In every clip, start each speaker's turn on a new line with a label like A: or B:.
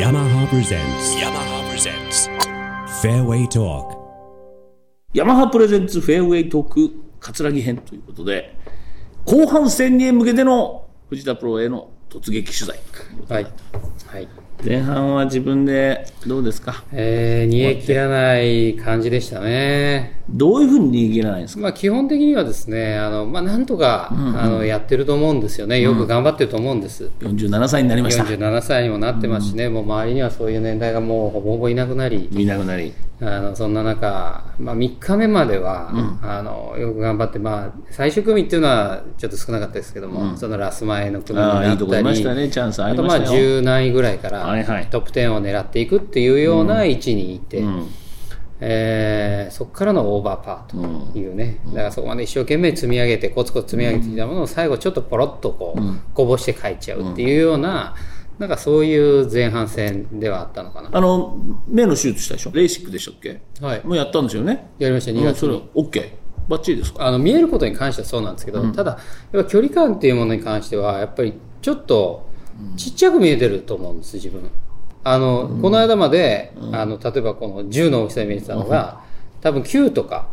A: yamaha presents yamaha presents fairway talk
B: ヤマハプレゼンツフェアウェイトーク、葛城編ということで、後半戦に向けての藤田プロへの突撃取材。
C: はい。はい。
B: 前半は自分でどうですか
C: えー、煮え切らない感じでしたね。
B: どういうふうに逃げられないんですか
C: まあ、基本的にはですね、あの、まあ、なんとか、あの、やってると思うんですよね。よく頑張ってると思うんです。
B: ?47 歳になりました。
C: 47歳にもなってますしね、もう周りにはそういう年代がもうほぼほぼいなくなり、
B: 見なくなり。
C: あの、そんな中、まあ、3日目までは、あの、よく頑張って、まあ、最終組っていうのはちょっと少なかったですけども、そのラス前の組に
B: ああ、
C: ない
B: い
C: っ
B: とこ出
C: た
B: ま
C: り、
B: したね。チャンスあ
C: あ
B: り
C: と
B: ま
C: まあ
B: したよ。
C: 10何位ぐらいから
B: はいはい
C: トップ10を狙っていくっていうような位置にいて、
B: ん
C: えーそこからのオーバーパーというね、だからそこまで一生懸命積み上げてコツコツ積み上げてきたものを最後ちょっとポロッとこう、こぼして帰っちゃうっていうような、なんかそういう前半戦ではあったのかな。
B: あの、目の手術したでしょレーシックでしたっけ
C: はい
B: もうやったんですよね。
C: やりました、2
B: うん
C: 月
B: それ、
C: に。
B: OK。バッチリですか
C: あの見えることに関してはそうなんですけど、ただ、やっぱ距離感っていうものに関しては、やっぱりちょっとちっちゃく見えてると思うんです、自分。あの、この間まで、あの、例えばこの10の大きさに見えてたのが、多分9とか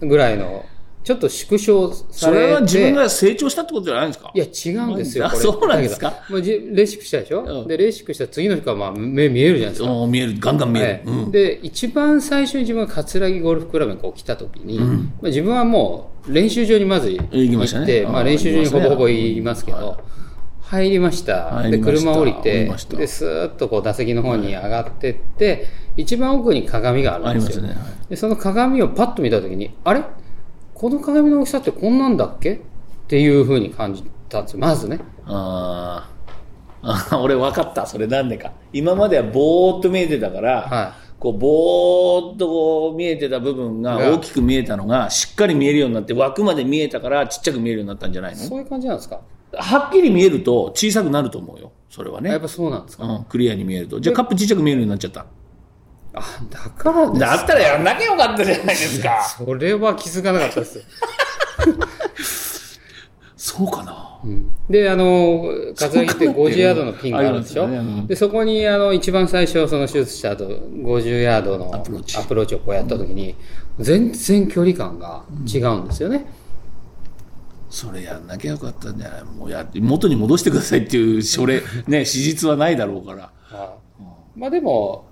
C: ぐらいの、ちょっと縮小されて、
B: それは自分が成長したってことじゃないんですか
C: いや、違うんですよ。
B: あ
C: これ
B: そうなんですか
C: だけどまあじレーシックしたでしょ、
B: うん
C: で、レーシックした次の日からまあ目見えるじゃないですか。
B: うん見える、ガンガン見える。
C: ええで一番最初に自分が葛城ゴルフクラブにこう来た時に、まあ、自分はもう練習場にまず行って
B: 行きましたね
C: ま
B: あ
C: あ、
B: ー
C: 練習場にほぼほ
B: 行
C: ぼい
B: きま
C: ます
B: す
C: け
B: ね
C: ど、入りました
B: 入り
C: で
B: ました
C: 車降り
B: 降り
C: て
B: ました
C: でスーッとこう打席の方に上がってって、一番奥に鏡があるんですよ、
B: ありますねは
C: でその鏡をパッと見た時にあれこの鏡の大きさってこんなんだっけっていうふうに感じたんですよまずね
B: あーあ、俺分かった、それなんでか。今まではぼーっと見えてたから、
C: は
B: こうぼーっとこう見えてた部分が
C: が
B: 大きく見えたのが、しっかり見えるようになって、枠まで見えたからちっちゃく見えるようになったんじゃないの
C: そういう感じなんですか、
B: はっきり見えると小さくなると思うよ、それは
C: や
B: ね
C: っ。ぱそうなんですか、
B: うん、クリアに見えると。じゃあカップちっちゃく見えるようになっちゃった。
C: あだからですね
B: だったらやんなきゃよかったじゃないですか。
C: それは気づかなかったです。
B: そうかな。
C: で、あの、葛城って
B: そう考えて
C: 50ヤードのピンがあるんでし
B: あ
C: ょ
B: りますよねうん
C: で、そこに、あの、一番最初、その手術した後、50ヤードのア
B: プローチ
C: プローチをこうやった時に、全然距離感が違うんですよね。
B: それやんなきゃよかったんじゃないもうや元に戻してくださいっていう、そ れ、ね、史実はないだろうから。
C: はいまあでも、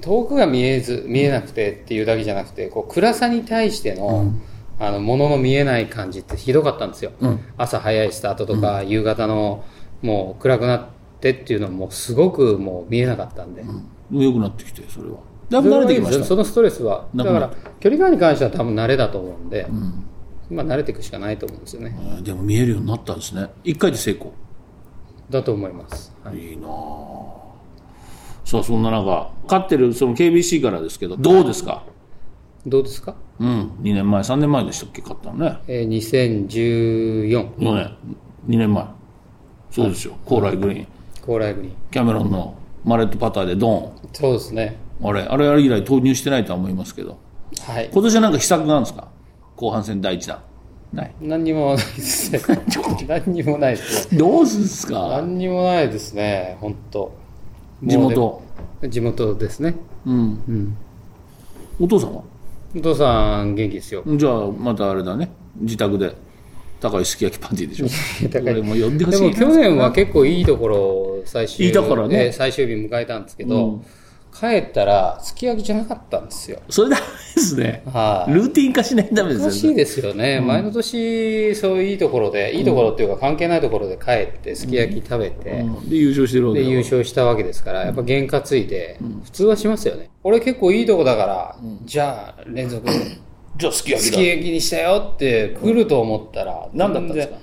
C: 遠くが見えず、見えなくてっていうだけじゃなくて、こう、暗さに対しての、あの、ものの見えない感じってひどかったんですよ。朝早いスタートとか、夕方の、もう暗くなってっていうのはもうすごくもう見えなかったんで。
B: 良くなってきて、それは。だいぶ慣れてきました。
C: そのストレスは。
B: な
C: だ
B: く
C: か
B: なっ
C: ら、距離感に関しては多分慣れだと思うんで、まあ慣れていくしかないと思うんですよね。
B: うんでも見えるようになったんですね。一回で成功。
C: だと思います。
B: いいなぁ。さあ、そんな中、勝ってるその KBC からですけど、どうですか
C: どうですか
B: うん。2年前、3年前でしたっけ、勝ったのね。
C: えー、2014、
B: 4年。2年前。そうですよ。高麗グリーン。
C: 高麗グリーン。
B: キャメロンのマレットパターでドン。
C: そうですね。
B: あれ、あれあれ以来投入してないとは思いますけど。
C: はい。
B: 今年はなんか秘策があるんですか後半戦第一弾。ない。
C: 何にもないで すね。何にもないですね。
B: どうすんすか
C: 何にもないですね、本当
B: 地元。
C: 地元ですね。
B: うん。
C: うん。
B: お父さんは
C: お父さん元気ですよ。
B: じゃあまたあれだね自宅で高いすき焼きパーティーでしょ
C: 高い
B: 俺も呼んでほ
C: で
B: しい
C: も
B: な
C: 去年は結構いいところを最終
B: いいところね
C: えー最終日迎えたんですけど、
B: うん
C: 帰ったらすき焼きじゃなかったんですよ。
B: それダメですね
C: はい、
B: ルーティン化しないとダメです
C: お
B: よ
C: かしい
B: ね
C: ですよね、前の年、そういいところで、いいところっていうか、関係ないところで帰って、すき焼き食べて、
B: うんで優勝してるわけ
C: で
B: だか
C: 優
B: ら
C: 勝したわけですから、やっぱ験担いで、普通はしますよね、俺、結構いいとこだから、じゃあ、連続、
B: じゃあすき
C: す
B: 焼
C: き
B: き
C: 焼きにしたよって来ると思ったら、
B: 何だったんですか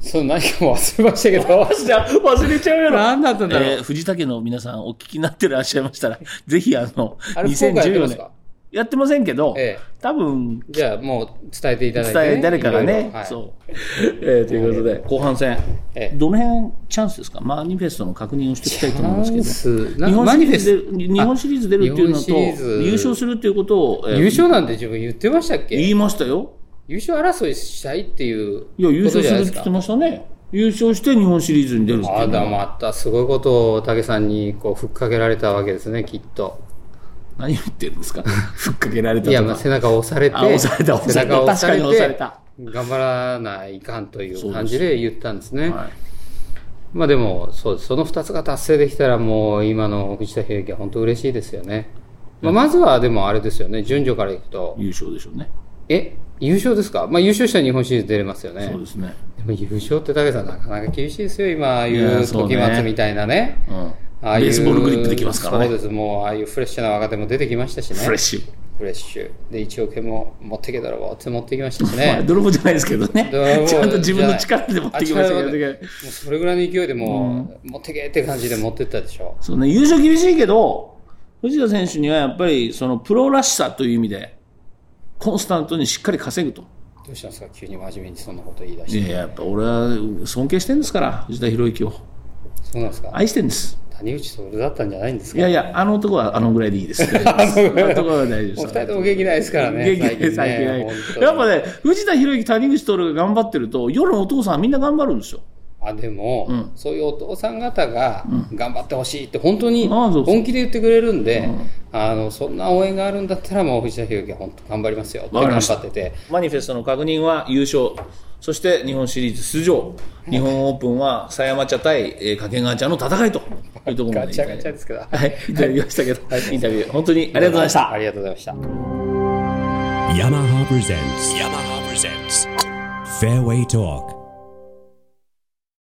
C: そう何かも忘れま したけど、
B: だじゃあ忘れちゃうよな
C: 何だったんだろう、
B: えー藤竹の皆さんお聞きになってらっしゃいましたらぜひあの
C: あれ、福岡やって
B: 2014
C: ます
B: 年
C: か、
B: やってませんけど
C: ええ
B: 多分
C: じゃあ、もう伝えていただいて、
B: 伝え誰かが
C: いろい
B: ね
C: ろはい
B: そうえーということで後半戦
C: ええ
B: どの辺チャンスですかマニフェストの確認をしていきたいと思いますけど
C: ス
B: 日
C: な
B: 本
C: マ
B: シ
C: ニ
B: リ
C: フ
B: ー
C: ェ
B: ズ
C: ス
B: 出る日本シリーズ出るっていうのと、
C: 日本シリーズ
B: 優勝するっていうことを、えー
C: 優勝なんて自分言ってましたっけ
B: 言いましたよ。
C: 優勝争いしたいっていう
B: いや、優
C: こと
B: 勝
C: じ
B: す
C: ゃな
B: るっ
C: いで
B: て
C: す
B: 言
C: か
B: ってましたね。優勝して日本シリーズに出るってい
C: あ
B: うの
C: だ
B: は
C: またすごいことを武さんにこうふっかけられたわけですねきっと
B: 何を言ってるんですか ふっかけられた
C: い
B: と
C: や
B: か
C: まあ背中を押されて
B: あ押された押された
C: 背中を押され
B: 確
C: て
B: かに押された
C: 頑張らないかんと
B: そう
C: いう
B: です
C: 感じで言ったんです
B: は
C: ね
B: い
C: まあでもそうですその2つが達成できたらもう今の藤田裕之は本当嬉しいですよね、まあ、まずはでもあれですよね順序からいくと
B: 優勝でしょうね
C: え優勝ですか、まあ、優勝したら日本シリーズ出れますよね
B: そうですね
C: でも優勝って武さんなかなか厳しいですよ今ああい
B: いや
C: う
B: そう
C: 時
B: ね
C: 松みたいなね
B: うん
C: ああいう
B: ベースボールグリップできますからね
C: そうですもうああいうフレッシュな若手も出てきましたしね
B: フレッシュ、
C: フレッシュで1億円も持ってけだろうって持ってきましたし
B: まあ、
C: ね
B: 泥棒じゃないですけどね
C: 泥棒
B: ちゃん と自分の力で持ってきましたけ
C: じ
B: ど
C: ゃないもうそれぐらいの勢いでもう、持ってけって感じで持ってったでしょ
B: そうね優勝厳しいけど藤田選手にはやっぱりそのプロらしさという意味でコンスタントにしっかり稼ぐと
C: どうしたんですか急に真面目にそんなこと言い出して
B: いややっぱ俺は尊敬してるんですから藤田博之を
C: そうなんですか
B: 愛してるんです
C: 谷口それだったんじゃないんですか
B: いやいや、あの男はあのぐらいでいいです。 あの男は大丈夫です。
C: お二人とも元気ないですからね
B: 元気ない、最
C: 最近
B: 近
C: ね
B: ない。やっぱね、藤田博之、谷口徹が頑張ってると、夜のお父さんはみんな頑張るんですよ。
C: あでも、
B: ん
C: そういうお父さん方が頑張ってほしいって本当に
B: ああそうそう
C: 本気で言ってくれるんで、あのそんな応援があるんだったらもう藤田裕樹は本当頑張りますよって
B: わかり
C: 頑
B: ました
C: 張ってて
B: マニフェストの確認は優勝。そして日本シリーズ出場。日本オープンは、狭山茶対えー掛川茶の戦いというところま
C: ガ
B: で。
C: チャガチャですけど、
B: はい、いただきましたけど、インタビュー、本当にありがとうございました
C: あ。りがとうございました
A: Yamaha presents. Yamaha presents. Fairway Talk.